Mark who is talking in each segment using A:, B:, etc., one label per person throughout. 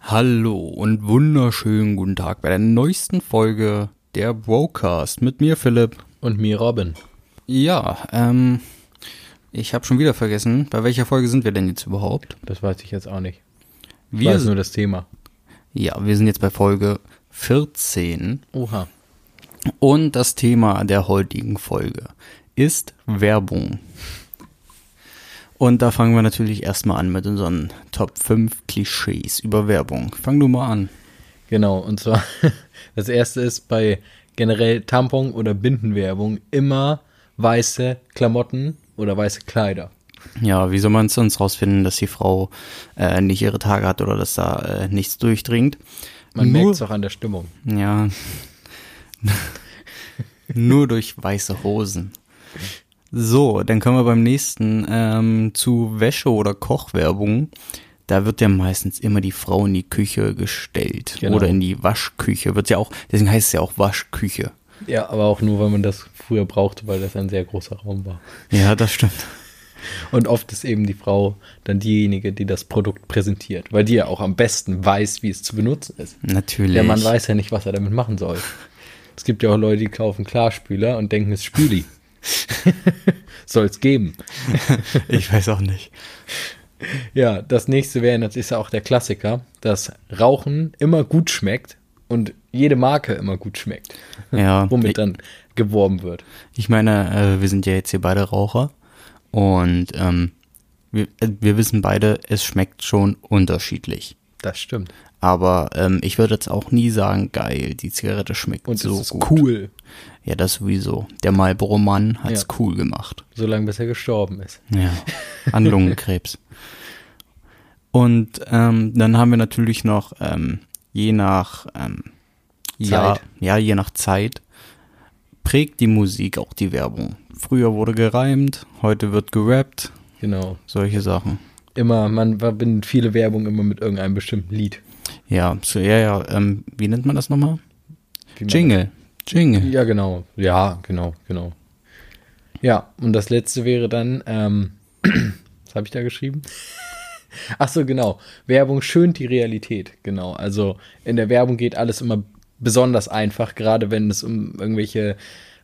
A: Hallo und wunderschönen guten Tag bei der neuesten Folge der Brocast mit mir Philipp.
B: Und mir Robin.
A: Ja, ähm, ich habe schon wieder vergessen, bei welcher Folge sind wir denn jetzt überhaupt?
B: Das weiß ich jetzt auch nicht. Ich
A: Wir
B: weiß nur
A: sind,
B: das Thema.
A: ja, wir sind jetzt bei Folge 14
B: Oha.
A: und das Thema der heutigen Folge ist Werbung. Und da fangen wir natürlich erstmal an mit unseren Top 5 Klischees über Werbung. Fang du mal an.
B: Genau, und zwar, das erste ist bei generell Tampon- oder Bindenwerbung immer weiße Klamotten oder weiße Kleider.
A: Ja, wie soll man sonst rausfinden, dass die Frau äh, nicht ihre Tage hat oder dass da äh, nichts durchdringt?
B: Man
A: nur,
B: merkt es auch an der Stimmung.
A: Ja. nur durch weiße Hosen. So, dann kommen wir beim nächsten ähm, zu Wäsche- oder Kochwerbung. Da wird ja meistens immer die Frau in die Küche gestellt
B: Genau.
A: oder in die Waschküche. Wird ja auch, deswegen heißt es ja auch Waschküche.
B: Ja, aber auch nur, weil man das früher brauchte, weil das ein sehr großer Raum war.
A: Ja, das stimmt.
B: Und oft ist eben die Frau dann diejenige, die das Produkt präsentiert, weil die ja auch am besten weiß, wie es zu benutzen ist.
A: Natürlich.
B: Der Mann weiß ja nicht, was er damit machen soll. Es gibt ja auch Leute, die kaufen Klarspüler und denken, es ist Spüli. Soll's geben.
A: Ich weiß auch nicht.
B: Ja, das nächste wäre, das ist ja auch der Klassiker, dass Rauchen immer gut schmeckt und jede Marke immer gut schmeckt,
A: Ja.
B: womit dann geworben wird.
A: Ich meine, äh, wir sind ja jetzt hier beide Raucher und ähm, wir, äh, wir wissen beide, es schmeckt schon unterschiedlich.
B: Das stimmt.
A: Aber ähm, ich würde jetzt auch nie sagen, geil, die Zigarette schmeckt
B: Und
A: so
B: es ist
A: gut.
B: cool,
A: Ja, das sowieso. Der Marlboro-Mann hat's
B: Ja.
A: cool gemacht.
B: solange bis er gestorben ist.
A: Ja, an Lungenkrebs. Und ähm, dann haben wir natürlich noch, ähm, je nach ähm, Ja,
B: Zeit.
A: ja, je nach Zeit, prägt die Musik auch die Werbung. Früher wurde gereimt, heute wird gerappt,
B: Genau.
A: solche Sachen.
B: Immer, man verbindet viele Werbung immer mit irgendeinem bestimmten Lied.
A: Ja, so, ja, ja, ähm, wie nennt man das nochmal?
B: Wie man-
A: Jingle. Jingle.
B: Ja, genau. Ja, genau, genau. Ja, und das letzte wäre dann, ähm, was habe ich da geschrieben? Ach so, genau. Werbung schönt die Realität, genau. Also in der Werbung geht alles immer besonders einfach, gerade wenn es um irgendwelche,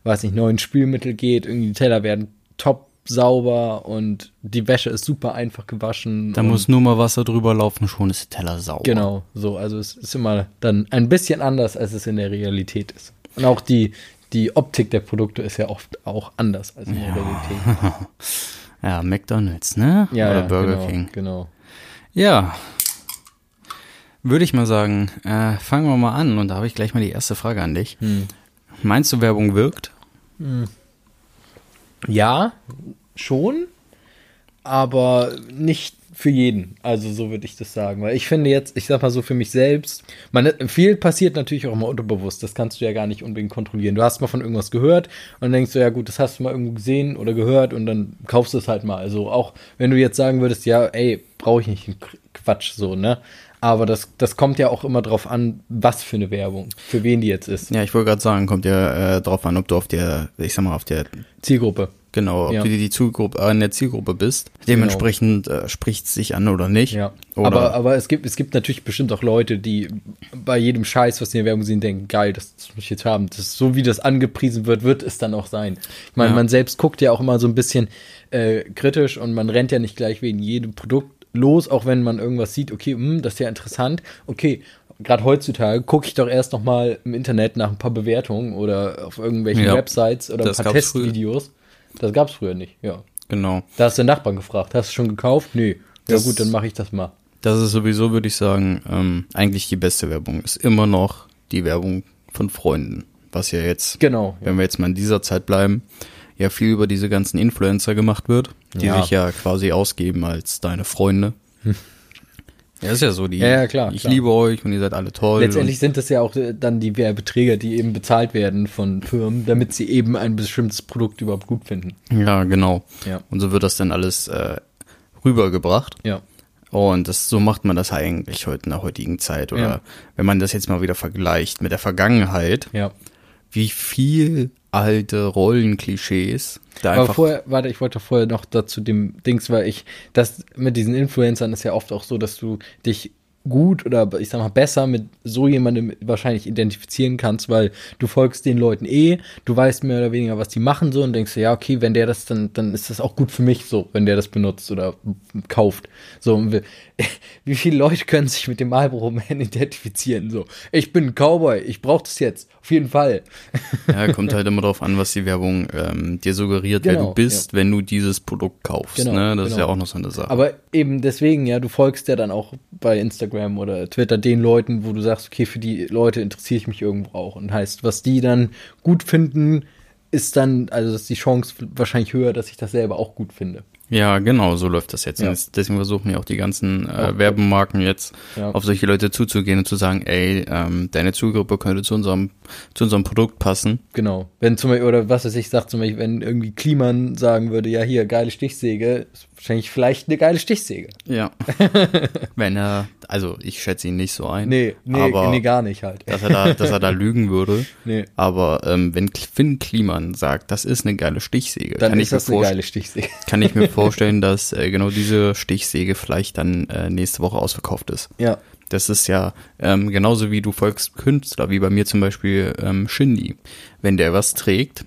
B: weiß nicht, neuen Spülmittel geht. Irgendwie die Teller werden top sauber und die Wäsche ist super einfach gewaschen.
A: Da
B: und,
A: muss nur mal Wasser drüber laufen, schon ist der Teller sauber.
B: Genau, so. Also es ist immer dann ein bisschen anders, als es in der Realität ist. Und auch die, die Optik der Produkte ist ja oft auch anders als in der Realität.
A: Ja, McDonalds, ne?
B: Ja,
A: Oder
B: ja,
A: Burger
B: genau,
A: King.
B: Genau.
A: Ja. Würde ich mal sagen, äh, fangen wir mal an und da habe ich gleich mal die erste Frage an dich. Meinst du, Werbung wirkt?
B: Ja, schon, aber nicht für jeden. Also so würde ich das sagen. Weil ich finde jetzt, ich sag mal so für mich selbst, man, viel passiert natürlich auch immer unterbewusst. Das kannst du ja gar nicht unbedingt kontrollieren. Du hast mal von irgendwas gehört und denkst so, ja gut, das hast du mal irgendwo gesehen oder gehört und dann kaufst du es halt mal. Also auch wenn du jetzt sagen würdest, ja, ey, brauche ich nicht den Qu- Quatsch so, ne? Aber das, das kommt ja auch immer drauf an, was für eine Werbung, für wen die jetzt ist.
A: Ja, ich wollte gerade sagen, kommt ja äh, drauf an, ob du auf der, ich sag mal, auf der,
B: Zielgruppe.
A: genau, ob
B: Ja.
A: du die Zielgruppe, äh, in der Zielgruppe bist. Dementsprechend äh, spricht es sich an oder nicht.
B: Ja,
A: Oder,
B: aber, aber es, gibt, es gibt natürlich bestimmt auch Leute, die bei jedem Scheiß, was sie in der Werbung sehen, denken, geil, das muss ich jetzt haben. Das, ist so wie das angepriesen wird, wird es dann auch sein. Ich meine,
A: Ja.
B: man selbst guckt ja auch immer so ein bisschen äh, kritisch und man rennt ja nicht gleich wegen jedem Produkt los, auch wenn man irgendwas sieht, okay, hm, das ist ja interessant, okay, gerade heutzutage gucke ich doch erst noch mal im Internet nach ein paar Bewertungen oder auf irgendwelchen
A: Ja.
B: Websites oder
A: Das
B: ein paar
A: gab's früher.
B: Testvideos. Das gab es früher nicht, ja.
A: genau.
B: Da hast du den Nachbarn gefragt, hast du schon gekauft? Nee. Ja
A: Das-
B: gut, dann mache ich das mal.
A: Das ist sowieso, würde ich sagen, ähm, eigentlich die beste Werbung. Ist immer noch die Werbung von Freunden. Was ja jetzt,
B: Genau, ja.
A: wenn wir jetzt mal in dieser Zeit bleiben, ja viel über diese ganzen Influencer gemacht wird, die
B: Ja.
A: sich ja quasi ausgeben als deine Freunde. Ja, ist ja so, die,
B: Ja, ja, klar,
A: ich
B: klar.
A: liebe euch und ihr seid alle toll.
B: Letztendlich sind das ja auch äh, dann die Werbeträger, die eben bezahlt werden von Firmen, damit sie eben ein bestimmtes Produkt überhaupt gut finden.
A: Und, ja, genau.
B: Ja.
A: Und so wird das dann alles äh, rübergebracht.
B: Ja.
A: Und das, so macht man das eigentlich heute in der heutigen Zeit. Oder
B: Ja.
A: wenn man das jetzt mal wieder vergleicht mit der Vergangenheit,
B: Ja.
A: wie viel alte Rollenklischees da
B: Aber
A: einfach.
B: vorher, warte, ich wollte vorher noch dazu dem Dings, weil ich, das mit diesen Influencern ist ja oft auch so, dass du dich gut oder ich sag mal besser mit so jemandem wahrscheinlich identifizieren kannst, weil du folgst den Leuten eh, du weißt mehr oder weniger, was die machen so und denkst dir, ja, okay, wenn der das dann, dann ist das auch gut für mich so, wenn der das benutzt oder kauft. So, und wir, wie viele Leute können sich mit dem Marlboro Man identifizieren? So, ich bin ein Cowboy, ich brauche das jetzt, auf jeden Fall.
A: Ja, kommt halt immer drauf an, was die Werbung ähm, dir suggeriert, wer
B: Genau,
A: du bist, wenn du dieses Produkt kaufst.
B: Genau,
A: ne? Das ist ja
B: genau.
A: auch noch so eine Sache.
B: Aber eben deswegen, ja, du folgst ja dann auch bei Instagram oder Twitter den Leuten, wo du sagst, okay, für die Leute interessiere ich mich irgendwo auch. Und heißt, was die dann gut finden, ist dann, also ist die Chance wahrscheinlich höher, dass ich das selber auch gut finde.
A: Ja, genau, so läuft das jetzt.
B: Ja.
A: Jetzt- Deswegen versuchen ja auch die ganzen äh,
B: Auch-
A: Werbemarken jetzt
B: Ja.
A: auf solche Leute zuzugehen und zu sagen, ey, ähm, deine Zielgruppe könnte zu unserem, zu unserem Produkt passen.
B: Genau. Wenn zum Beispiel, oder was weiß ich, sagt zum Beispiel, wenn irgendwie Kliman sagen würde, ja, hier, geile Stichsäge, ist wahrscheinlich vielleicht eine geile Stichsäge.
A: Ja. Wenn er, also ich schätze ihn nicht so ein.
B: Nee, nee,
A: aber
B: nee gar nicht halt.
A: dass er da, dass er da lügen würde.
B: Nee.
A: Aber ähm, wenn K- Finn Kliman sagt, das ist eine geile Stichsäge,
B: Dann
A: kann,
B: ist
A: ich mir
B: das eine
A: vorst-
B: geile Stichsäge.
A: kann ich mir vorstellen, dass äh, genau diese Stichsäge vielleicht dann äh, nächste Woche ausverkauft ist.
B: Ja.
A: Das ist ja ähm, genauso wie du folgst Künstler, wie bei mir zum Beispiel ähm, Shindy. Wenn der was trägt,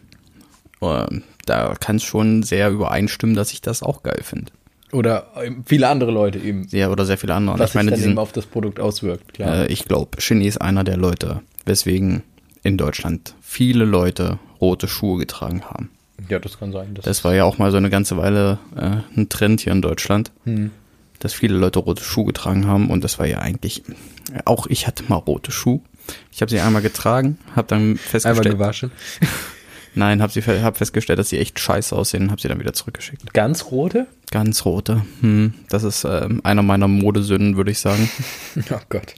A: ähm, da kann es schon sehr übereinstimmen, dass ich das auch geil finde.
B: Oder ähm, viele andere Leute eben.
A: Sehr oder sehr viele andere. Und
B: was
A: ich meine,
B: sich dann
A: diesen,
B: eben auf das Produkt auswirkt, klar.
A: äh, ich glaube, Shindy ist einer der Leute, weswegen in Deutschland viele Leute rote Schuhe getragen haben.
B: Ja, das kann sein. Das
A: Das war ja auch mal so eine ganze Weile äh, ein Trend hier in Deutschland,
B: Hm.
A: dass viele Leute rote Schuhe getragen haben und das war ja eigentlich, auch ich hatte mal rote Schuhe. Ich habe sie einmal getragen, habe dann festgestellt,
B: gewaschen.
A: nein, habe fe hab festgestellt, dass sie echt scheiße aussehen und habe sie dann wieder zurückgeschickt.
B: Ganz rote?
A: Ganz rote, hm, das ist ähm, einer meiner Modesünden, würde ich sagen.
B: Oh Gott.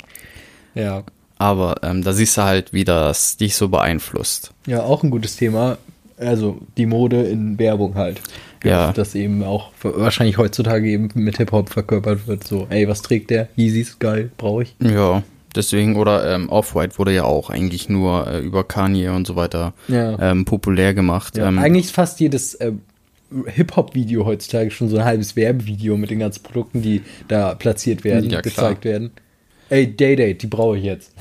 B: Ja.
A: Aber ähm, da siehst du halt, wie das dich so beeinflusst.
B: Ja, auch ein gutes Thema. Also die Mode in Werbung halt.
A: Ja.
B: Das eben auch ver- wahrscheinlich heutzutage eben mit Hip-Hop verkörpert wird. So, ey, was trägt der? Yeezys, geil, brauche ich.
A: Ja, deswegen, oder ähm, Off-White wurde ja auch eigentlich nur äh, über Kanye und so weiter
B: Ja.
A: ähm, populär gemacht.
B: Ja,
A: ähm,
B: eigentlich ist fast jedes äh, Hip-Hop-Video heutzutage schon so ein halbes Werbevideo mit den ganzen Produkten, die da platziert werden,
A: Ja, klar.
B: gezeigt werden. Ey, Day-Day, die brauche ich jetzt.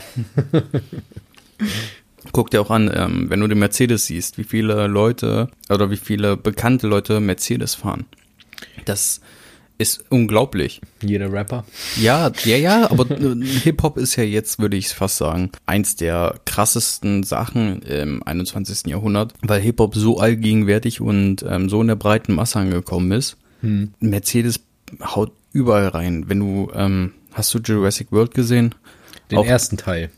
A: Guck dir auch an, ähm, wenn du den Mercedes siehst, wie viele Leute oder wie viele bekannte Leute Mercedes fahren. Das ist unglaublich.
B: Jeder Rapper.
A: Ja, ja, ja, aber äh, Hip-Hop ist ja jetzt, würde ich fast sagen, eins der krassesten Sachen im 21. Jahrhundert, weil Hip-Hop so allgegenwärtig und ähm, so in der breiten Masse angekommen ist.
B: Hm.
A: Mercedes haut überall rein. Wenn du, ähm, hast du Jurassic World gesehen?
B: Den
A: Auch-
B: ersten Teil,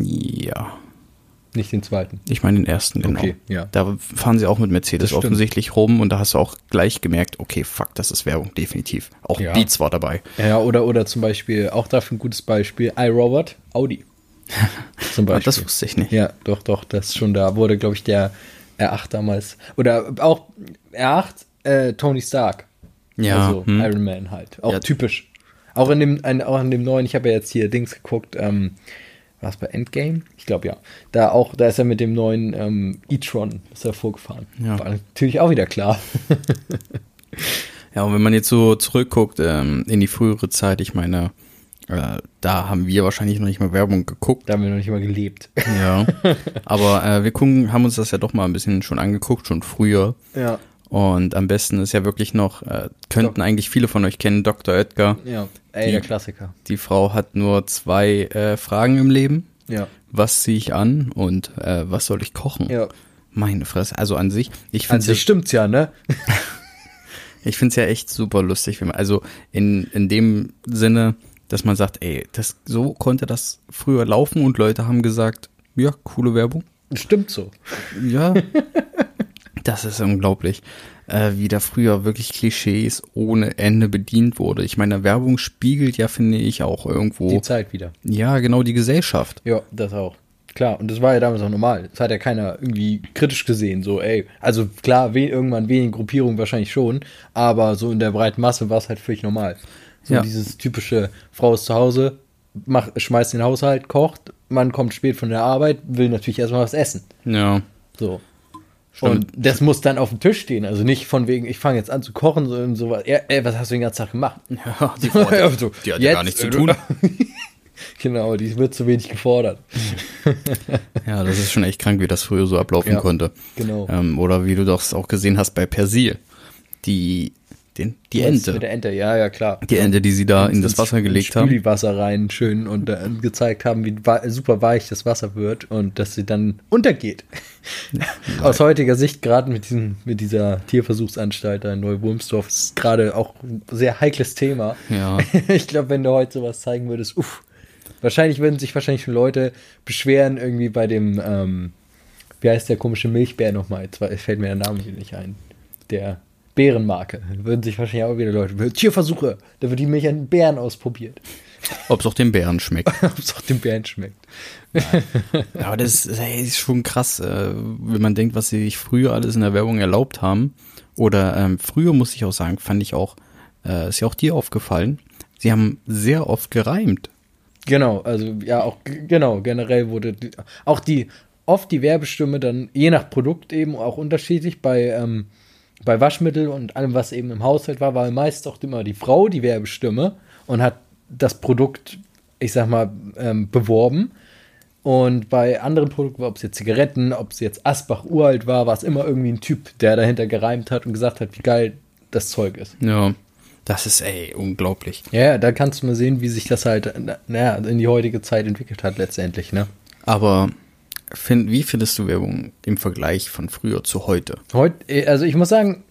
A: Ja.
B: nicht den zweiten.
A: Ich meine den ersten, genau.
B: Okay, ja.
A: Da fahren sie auch mit Mercedes
B: stimmt.
A: offensichtlich rum und da hast du auch gleich gemerkt, okay, fuck, das ist Werbung, definitiv. Auch
B: Ja.
A: Beats war dabei.
B: Ja, oder, oder zum Beispiel, auch dafür ein gutes Beispiel, iRobot, Audi. Zum
A: Ah,
B: Beispiel.
A: das wusste ich nicht.
B: ja, doch, doch, das ist schon da wurde, glaube ich, der R8 damals. Oder auch R8, äh, Tony Stark.
A: Ja,
B: Also
A: hm.
B: Iron Man halt. Auch
A: Ja.
B: typisch. Auch in dem, ein, auch in dem neuen, ich habe ja jetzt hier Dings geguckt, ähm, war es bei Endgame? Ich glaube ja. Da auch, da ist er mit dem neuen ähm, e-tron ist er vorgefahren.
A: Ja.
B: War natürlich auch wieder klar.
A: Ja, und wenn man jetzt so zurückguckt ähm, in die frühere Zeit, ich meine, äh, da haben wir wahrscheinlich noch nicht mal Werbung geguckt.
B: Da haben wir noch nicht mal gelebt.
A: Ja. Aber äh, wir gucken, haben uns das ja doch mal ein bisschen schon angeguckt, schon früher.
B: Ja.
A: Und am besten ist ja wirklich noch, äh, könnten eigentlich viele von euch kennen, Dr. Oetker.
B: Ja. Ey,
A: Die-
B: der Klassiker.
A: Die Frau hat nur zwei äh, Fragen im Leben.
B: Ja.
A: Was ziehe ich an und äh, was soll ich kochen?
B: Ja.
A: Meine Fresse. Also an sich, ich
B: An
A: finde
B: sich
A: es
B: stimmt's ja, ne?
A: ich find's ja echt super lustig. Wenn man, also in, in dem Sinne, dass man sagt, ey, das, so konnte das früher laufen und Leute haben gesagt, ja, coole Werbung.
B: Stimmt so.
A: Ja. das ist unglaublich, äh, wie da früher wirklich Klischees ohne Ende bedient wurde. Ich meine, Werbung spiegelt ja, finde ich, auch
B: Die
A: irgendwo,
B: Zeit wieder.
A: ja, genau die Gesellschaft.
B: Oh. Ja, das auch. Klar, und das war ja damals auch normal. Das hat ja keiner irgendwie kritisch gesehen, so, ey. Also klar, we irgendwann wenigen Gruppierungen wahrscheinlich schon, aber so in der breiten Masse war es halt völlig normal. So
A: Ja.
B: dieses typische Frau ist zu Hause, mach, schmeißt den Haushalt, kocht, man kommt spät von der Arbeit, will natürlich erstmal was essen.
A: Ja.
B: So. Und das muss dann auf dem Tisch stehen. Also nicht von wegen, ich fange jetzt an zu kochen, sondern sowas. Ja, ey, was hast du den ganzen Tag gemacht?
A: Die Frau hat,
B: So,
A: die hat ja gar
B: jetzt,
A: nichts zu
B: äh,
A: tun.
B: Genau, die wird zu wenig gefordert.
A: Ja, das ist schon echt krank, wie das früher so ablaufen
B: Ja,
A: konnte.
B: genau.
A: Ähm, oder wie du das auch gesehen hast bei Persil. Die, den, die
B: Was Mit
A: Ente.
B: der Ente, ja, ja, klar.
A: Die Ente, die sie da in das Wasser gelegt haben.
B: Wasser rein, schön und äh, gezeigt haben, wie wa super weich das Wasser wird und dass sie dann untergeht. Aus heutiger Sicht, gerade mit, diesem- mit dieser Tierversuchsanstalt da in Neuwurmsdorf, ist gerade auch ein sehr heikles Thema.
A: Ja.
B: Ich glaube, wenn du heute sowas zeigen würdest, uff, wahrscheinlich würden sich wahrscheinlich schon Leute beschweren irgendwie bei dem, ähm, wie heißt der komische Milchbär nochmal? Jetzt war- fällt mir der Name hier nicht ein. Der Bärenmarke. Würden sich wahrscheinlich auch wieder Leute, Tierversuche, da wird die Milch an Bären ausprobiert.
A: Ob es auch den Bären schmeckt.
B: Ob es auch dem Bären schmeckt.
A: Aber das ist, ey, ist schon krass, äh, wenn man denkt, was sie sich früher alles in der Werbung erlaubt haben. Oder ähm, früher muss ich auch sagen, fand ich auch, äh, ist ja auch dir aufgefallen, sie haben sehr oft gereimt.
B: Genau, also ja, auch g- genau, generell wurde die, auch die oft die Werbestimme dann je nach Produkt eben auch unterschiedlich bei ähm, bei Waschmittel und allem was eben im Haushalt war, war meist auch immer die Frau die Werbestimme und hat das Produkt, ich sag mal, ähm, beworben. Und bei anderen Produkten, ob es jetzt Zigaretten, ob es jetzt Asbach uralt war, war es immer irgendwie ein Typ, der dahinter gereimt hat und gesagt hat, wie geil das Zeug ist.
A: Ja. Das ist, ey, unglaublich.
B: Ja, Ja, da kannst du mal sehen, wie sich das halt na- naja, in die heutige Zeit entwickelt hat letztendlich, ne?
A: Aber find, wie findest du Werbung im Vergleich von früher zu heute?
B: Heute, äh, also ich muss sagen,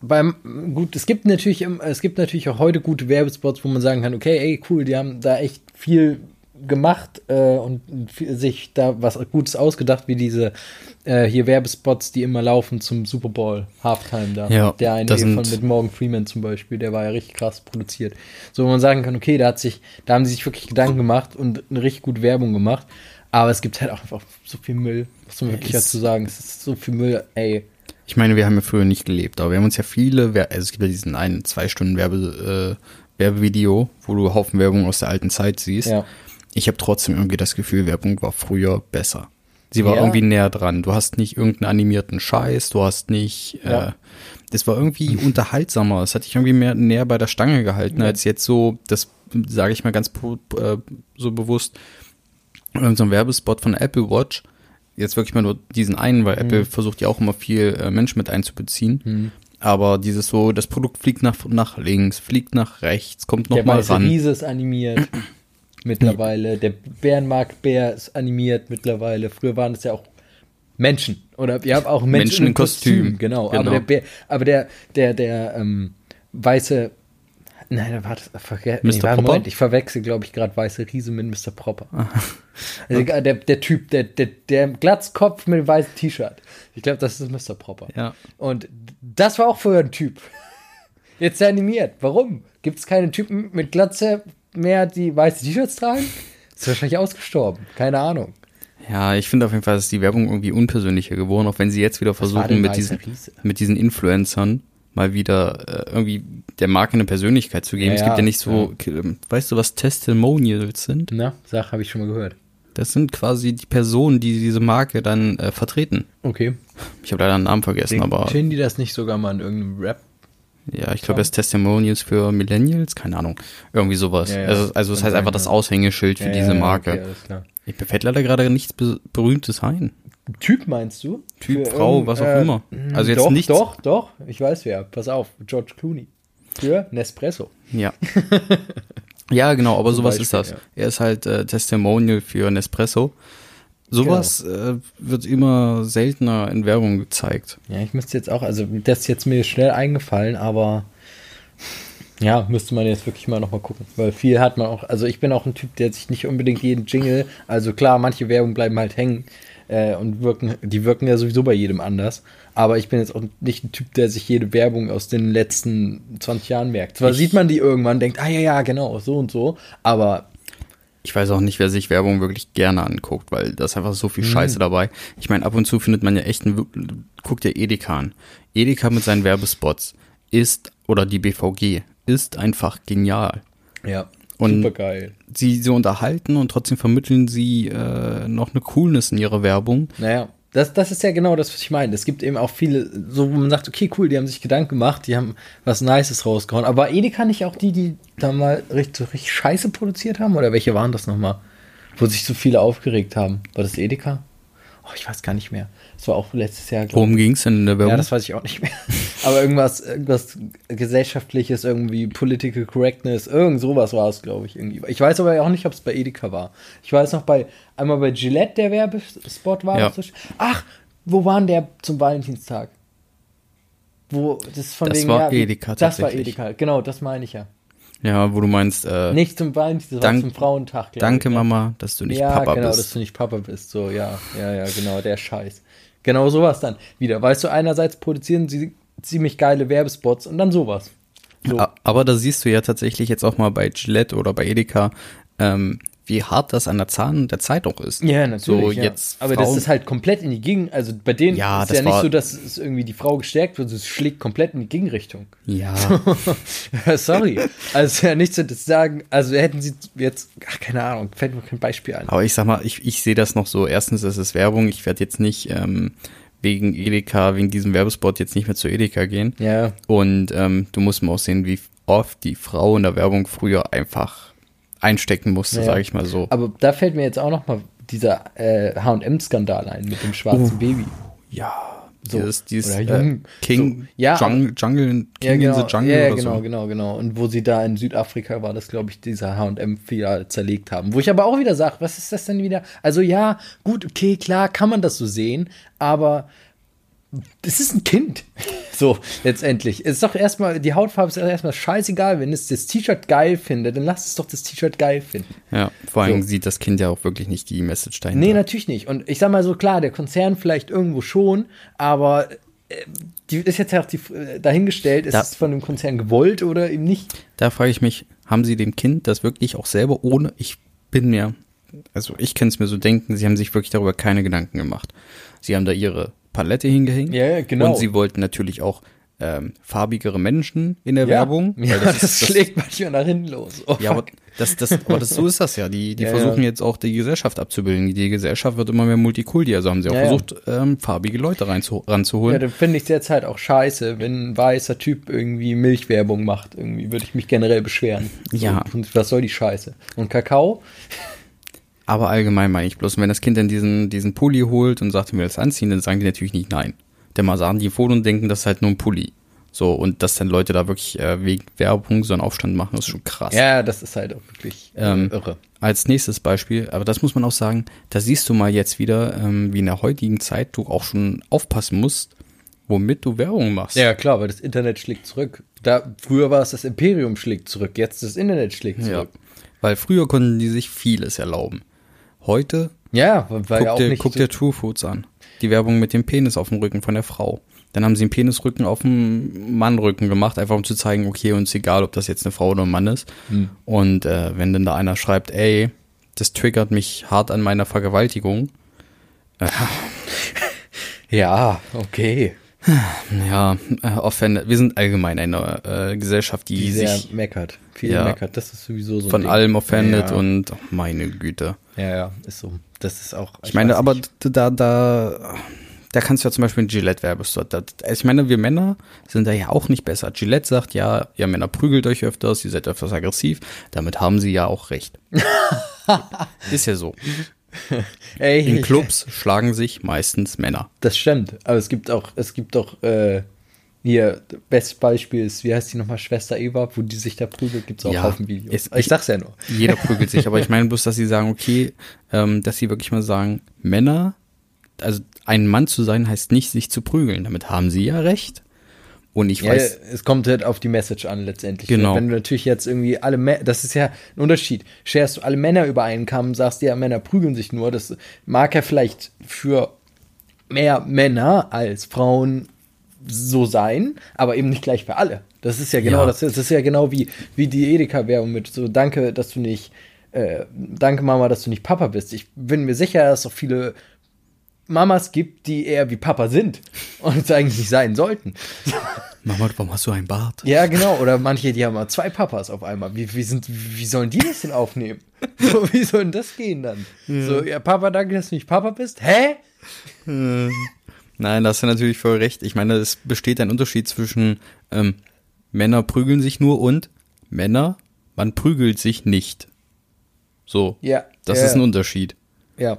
B: beim gut, es gibt natürlich im- es gibt natürlich auch heute gute Werbespots, wo man sagen kann, okay, ey, cool, die haben da echt viel gemacht äh, und viel- sich da was Gutes ausgedacht, wie diese äh, hier Werbespots, die immer laufen zum Super Bowl Halftime da.
A: Ja,
B: der eine
A: da
B: hier von
A: sind-
B: mit Morgan Freeman zum Beispiel, der war ja richtig krass produziert. So wo man sagen kann, okay, da hat sich, da haben sie sich wirklich Gedanken gemacht und eine richtig gute Werbung gemacht. Aber es gibt halt auch einfach so viel Müll, muss man wirklich
A: Es-
B: dazu sagen. Es ist so viel Müll, ey.
A: Ich meine, wir haben ja früher nicht gelebt, aber wir haben uns ja viele, Wer- also es gibt ja diesen einen, zwei Stunden Werbe, äh, Werbevideo, wo du Haufen Werbung aus der alten Zeit siehst.
B: Ja.
A: Ich habe trotzdem irgendwie das Gefühl, Werbung war früher besser. Sie war
B: Ja.
A: irgendwie näher dran. Du hast nicht irgendeinen animierten Scheiß, du hast nicht. Äh,
B: Ja.
A: das war irgendwie unterhaltsamer. Es hat dich irgendwie mehr näher bei der Stange gehalten, als jetzt so, das sage ich mal ganz po- äh, so bewusst, irgendein so ein Werbespot von der Apple Watch. Jetzt wirklich mal nur diesen einen,
B: Mhm.
A: weil Apple versucht ja auch immer viel äh, Menschen mit einzubeziehen. Aber dieses so, das Produkt fliegt nach, nach links, fliegt nach rechts, kommt
B: Der
A: nochmal
B: weiße
A: ran.
B: Riese ist animiert mittlerweile. Der Bärenmarktbär ist animiert mittlerweile. Früher waren es ja auch Menschen. Oder wir haben auch Menschen,
A: Menschen in
B: im Kostüm.
A: Kostüm,
B: Genau.
A: genau.
B: Aber der, Bär, aber der, der, der ähm, weiße. Nein, da war das. Verge
A: Mr. Popper?
B: Moment, ich verwechsel, glaube ich, gerade weiße Riese mit Mr. Propper. Also, egal, der, der Typ, der, der, der Glatzkopf mit dem weißen T-Shirt. Ich glaube, das ist Mr. Propper.
A: Ja.
B: Und das war auch vorher ein Typ. Jetzt animiert. Warum? Gibt es keine Typen mit Glatze mehr, die weiße T-Shirts tragen? Ist wahrscheinlich ausgestorben. Keine Ahnung.
A: Ja, ich finde auf jeden Fall, ist die Werbung irgendwie unpersönlicher geworden, auch wenn sie jetzt wieder
B: war denn
A: versuchen, mit
B: Weißer
A: diesen,
B: Riese?
A: mit diesen Influencern mal wieder äh, irgendwie der Marke eine Persönlichkeit zu geben.
B: Ja,
A: es gibt ja
B: ja,
A: nicht so, ähm, weißt du, was Testimonials sind?
B: Na, Sache habe ich schon mal gehört.
A: Das sind quasi die Personen, die diese Marke dann äh, vertreten.
B: Okay.
A: Ich habe leider einen Namen vergessen, aber
B: Finden die das nicht sogar mal in irgendeinem Rap?
A: ja, ich glaube, es ist Testimonials für Millennials, keine Ahnung, irgendwie sowas.
B: Ja, ja,
A: also, also es
B: kann
A: heißt
B: sein,
A: einfach das
B: ja.
A: Aushängeschild für diese Marke.
B: Okay, alles klar.
A: Ich befällt leider gerade nichts Be- Berühmtes ein.
B: Typ meinst du?
A: Typ,
B: Für
A: Frau,
B: irgendein-
A: was auch
B: äh,
A: immer. Also jetzt
B: doch,
A: nichts.
B: Doch, doch, ich weiß wer. Pass auf, George Clooney. Für Nespresso.
A: Ja. ja, genau, aber sowas ist das.
B: Beispiel,
A: Er ist halt äh, Testimonial für Nespresso. Sowas
B: Genau.
A: äh, wird immer seltener in Werbung gezeigt.
B: Ja, ich müsste jetzt auch, also das ist jetzt mir schnell eingefallen, aber ja, müsste man jetzt wirklich mal nochmal gucken. Weil viel hat man auch, also ich bin auch ein Typ, der sich nicht unbedingt jeden Jingle, also klar, manche Werbung bleiben halt hängen äh, und wirken, die wirken ja sowieso bei jedem anders. Aber ich bin jetzt auch nicht ein Typ, der sich jede Werbung aus den letzten 20 Jahren merkt. Zwar sieht man die irgendwann, denkt, ah ja, ja, genau, so und so, aber
A: Ich weiß auch nicht, wer sich Werbung wirklich gerne anguckt, weil da ist einfach so
B: Hm.
A: viel Scheiße dabei. Ich meine, ab und zu findet man ja echt, einen, guckt ja Edeka an. Edeka mit seinen Werbespots ist, oder die BVG, ist einfach genial.
B: ja,
A: Und-
B: supergeil.
A: Sie, sie unterhalten und trotzdem vermitteln sie äh, noch eine Coolness in ihrer Werbung.
B: Naja, das, das ist ja genau das, was ich meine. Es gibt eben auch viele, so wo man sagt, okay, cool, die haben sich Gedanken gemacht, die haben was Nices rausgehauen. Aber Edeka nicht auch die, die da mal richtig, so richtig scheiße produziert haben? Oder welche waren das nochmal? wo sich so viele aufgeregt haben. War das Edeka? Oh, ich weiß gar nicht mehr. Das war auch letztes Jahr, glaub
A: Worum ging es denn in der
B: ich.
A: Werbung?
B: Ja, das weiß ich auch nicht mehr. Aber irgendwas, irgendwas gesellschaftliches, irgendwie Political Correctness, irgend sowas war es, glaube ich, irgendwie. Ich weiß aber auch nicht, ob es bei Edeka war. Ich weiß noch bei, einmal bei Gillette der Werbespot war.
A: Ja.
B: das. Ach, wo waren der zum Valentinstag? Wo, das ist von
A: Das
B: wegen,
A: war
B: ja, wie-
A: Edeka
B: Das war
A: tatsächlich.
B: Edeka, genau, das meine ich ja.
A: ja, wo du meinst, äh,
B: Nicht zum Valentinstag, das war
A: Dank-
B: zum Frauentag. glaub ich,
A: danke
B: ne?
A: Mama, dass du nicht
B: ja,
A: Papa
B: genau, dass
A: bist.
B: du nicht Papa bist. So, ja, ja, ja, genau, der Scheiß. Genau sowas dann wieder. Weißt du, einerseits produzieren sie ziemlich geile Werbespots und dann sowas. So.
A: A- Aber da siehst du ja tatsächlich jetzt auch mal bei Gillette oder bei Edeka, ähm, wie hart das an der Zahn der Zeit auch ist.
B: Ja, natürlich.
A: So,
B: ja.
A: jetzt
B: Aber das
A: Frauen-
B: ist halt komplett in die Gegen... Also bei denen
A: Ja,
B: ist
A: das
B: ja nicht
A: war-
B: so, dass es irgendwie die Frau gestärkt wird, es schlägt komplett in die Gegenrichtung.
A: Ja,
B: Sorry. Also es ist ja nichts zu sagen, also hätten sie jetzt, ach, keine Ahnung, fällt mir kein Beispiel ein.
A: aber ich sag mal, ich, ich sehe das noch so. Erstens, es ist Werbung. Ich werde jetzt nicht ähm, wegen Edeka, wegen diesem Werbespot jetzt nicht mehr zu Edeka gehen.
B: Ja,
A: Und ähm, du musst mal auch sehen, wie oft die Frau in der Werbung früher einfach einstecken musste,
B: Ja.
A: sage ich mal so.
B: aber da fällt mir jetzt auch nochmal dieser äh, H&M-Skandal ein mit dem schwarzen Baby.
A: ja,
B: so.
A: dieses, dieses
B: Oder
A: äh,
B: Jung-
A: King,
B: so, ja,
A: Jungle, Jungle, King
B: Ja, genau,
A: in the Jungle
B: ja,
A: oder
B: genau,
A: so.
B: genau, genau. Und wo sie da in Südafrika war, das glaube ich, dieser H&M-Filial zerlegt haben. Wo ich aber auch wieder sage, was ist das denn wieder? Also ja, gut, okay, klar, kann man das so sehen, aber es ist ein Kind. So, letztendlich. Es ist doch erstmal, die Hautfarbe ist doch erstmal scheißegal. Wenn es das T-Shirt geil findet, dann lass es doch das T-Shirt geil finden.
A: Ja, vor allem
B: So.
A: sieht das Kind ja auch wirklich nicht die Message dahinter.
B: Nee, natürlich nicht. Und ich sag mal so, klar, der Konzern vielleicht irgendwo schon, aber äh, die ist jetzt ja auch die, äh, dahingestellt, ist
A: Da-
B: es von dem Konzern gewollt oder eben nicht?
A: Da frage ich mich, haben Sie dem Kind das wirklich auch selber ohne, ich bin mir, also ich kann es mir so denken, Sie haben sich wirklich darüber keine Gedanken gemacht. Sie haben da Ihre Palette hingehängt.
B: Ja, ja, genau.
A: Und Sie wollten natürlich auch ähm, farbigere Menschen in der Werbung.
B: Ja,
A: weil
B: das,
A: ist-
B: schlägt manchmal nach hinten los. Oh,
A: Ja, aber,
B: fuck.
A: das, das, aber das, so ist das ja. Die, die
B: Ja,
A: versuchen
B: ja.
A: jetzt auch die Gesellschaft abzubilden. Die Gesellschaft wird immer mehr Multikulti. Also haben sie auch
B: Ja, ja.
A: versucht, ähm, farbige Leute reinzu, ranzuholen.
B: ja, dann finde ich es jetzt halt auch scheiße, wenn ein weißer Typ irgendwie Milchwerbung macht. Irgendwie würde ich mich generell beschweren.
A: Ja.
B: So, und was soll die Scheiße? Und Kakao?
A: Aber allgemein meine ich bloß, wenn das Kind dann diesen, diesen Pulli holt und sagt, ich will das anziehen, dann sagen die natürlich nicht nein. Denn mal sagen die ein Foto und denken, das ist halt nur ein Pulli. So, und dass dann Leute da wirklich äh, wegen Werbung so einen Aufstand machen, ist schon krass.
B: Ja, das ist halt auch wirklich äh,
A: Ähm,
B: irre.
A: Als nächstes Beispiel, aber das muss man auch sagen, da siehst du mal jetzt wieder, ähm, wie in der heutigen Zeit du auch schon aufpassen musst, womit du Werbung machst.
B: Ja, klar, weil das Internet schlägt zurück. Da, früher war es das Imperium schlägt zurück, jetzt das Internet schlägt
A: Ja.
B: zurück.
A: Weil früher konnten die sich vieles erlauben. Heute
B: Ja, weil
A: Guck
B: ja auch
A: dir,
B: nicht.
A: guck
B: so-
A: dir True Foods an. Die Werbung mit dem Penis auf dem Rücken von der Frau. Dann haben sie einen Penisrücken auf dem Mannrücken gemacht, einfach um zu zeigen, okay, uns egal, ob das jetzt eine Frau oder ein Mann ist.
B: Hm.
A: Und äh, wenn dann da einer schreibt, ey, das triggert mich hart an meiner Vergewaltigung.
B: ja, okay.
A: Ja, äh, offend, wir sind allgemein eine äh, Gesellschaft, die,
B: Die sehr
A: sich
B: meckert. Viel
A: Ja.
B: meckert. Das ist sowieso so. ein
A: von
B: Ding.
A: allem offendet
B: ja.
A: und oh, meine Güte.
B: Ja, ja, ist so. Das ist auch.
A: Ich meine,
B: weiß
A: aber
B: nicht.
A: d- da, da, da kannst du ja zum Beispiel einen Gillette-Werbespot. da- da- Ich meine, wir Männer sind da ja auch nicht besser. Gillette sagt ja, ihr Männer prügelt euch öfters, ihr seid öfters aggressiv. Damit haben sie ja auch recht. Ist ja so.
B: Ey,
A: In
B: ich-
A: Clubs schlagen sich meistens Männer.
B: Das stimmt. Aber es gibt auch, es gibt auch, äh, hier, bestes Beispiel ist, wie heißt die nochmal, Schwester Eva, wo die sich da prügelt, gibt's auch
A: Ja,
B: auf dem Video.
A: ist-
B: ich sag's ja nur.
A: Jeder prügelt sich, aber ich meine bloß, dass sie sagen, okay, ähm, dass sie wirklich mal sagen, Männer, also ein Mann zu sein, heißt nicht, sich zu prügeln. Damit haben sie ja recht. Und ich
B: Ja,
A: weiß,
B: es kommt halt auf die Message an letztendlich.
A: Genau.
B: Wenn du natürlich jetzt irgendwie alle Mä- das ist ja ein Unterschied. Scherst du alle Männer über einen Kamm, sagst ja, Männer prügeln sich nur, das mag ja vielleicht für mehr Männer als Frauen so sein, aber eben nicht gleich für alle. Das ist ja genau
A: Ja.
B: das, das ist ja genau wie wie die Edeka Werbung mit so danke, dass du nicht äh, danke Mama, dass du nicht Papa bist. Ich bin mir sicher, dass es auch viele Mamas gibt, die eher wie Papa sind und es eigentlich nicht sein sollten.
A: Mama, warum hast du einen Bart?
B: Ja, genau. Oder manche, die haben mal zwei Papas auf einmal. Wie, wie, sind, wie sollen die das denn aufnehmen? So, wie soll denn das gehen dann? So, ja, Papa, danke, dass du nicht Papa bist. Hä?
A: Nein, da hast du natürlich voll recht. Ich meine, es besteht ein Unterschied zwischen ähm, Männer prügeln sich nur und Männer, man prügelt sich nicht. So.
B: Ja,
A: Das
B: Ja.
A: ist ein Unterschied.
B: Ja.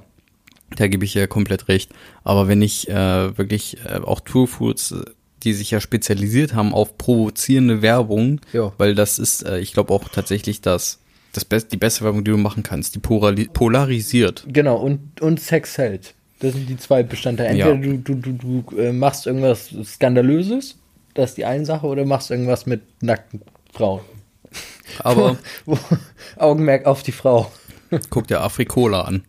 A: Da gebe ich ja komplett recht. Aber wenn ich äh, wirklich äh, auch Tourfoods, äh, die sich ja spezialisiert haben auf provozierende Werbung,
B: Ja.
A: weil das ist, äh, ich glaube auch tatsächlich das, das Best, die beste Werbung, die du machen kannst, die porali- polarisiert.
B: Genau, und, und Sex hält. Das sind die zwei Bestandteile. Entweder
A: Ja.
B: du, du, du, du äh, machst irgendwas Skandalöses, das ist die eine Sache, oder machst irgendwas mit nackten Frauen.
A: Aber
B: Wo- wo- Augenmerk auf die Frau.
A: guck dir Afrikola an.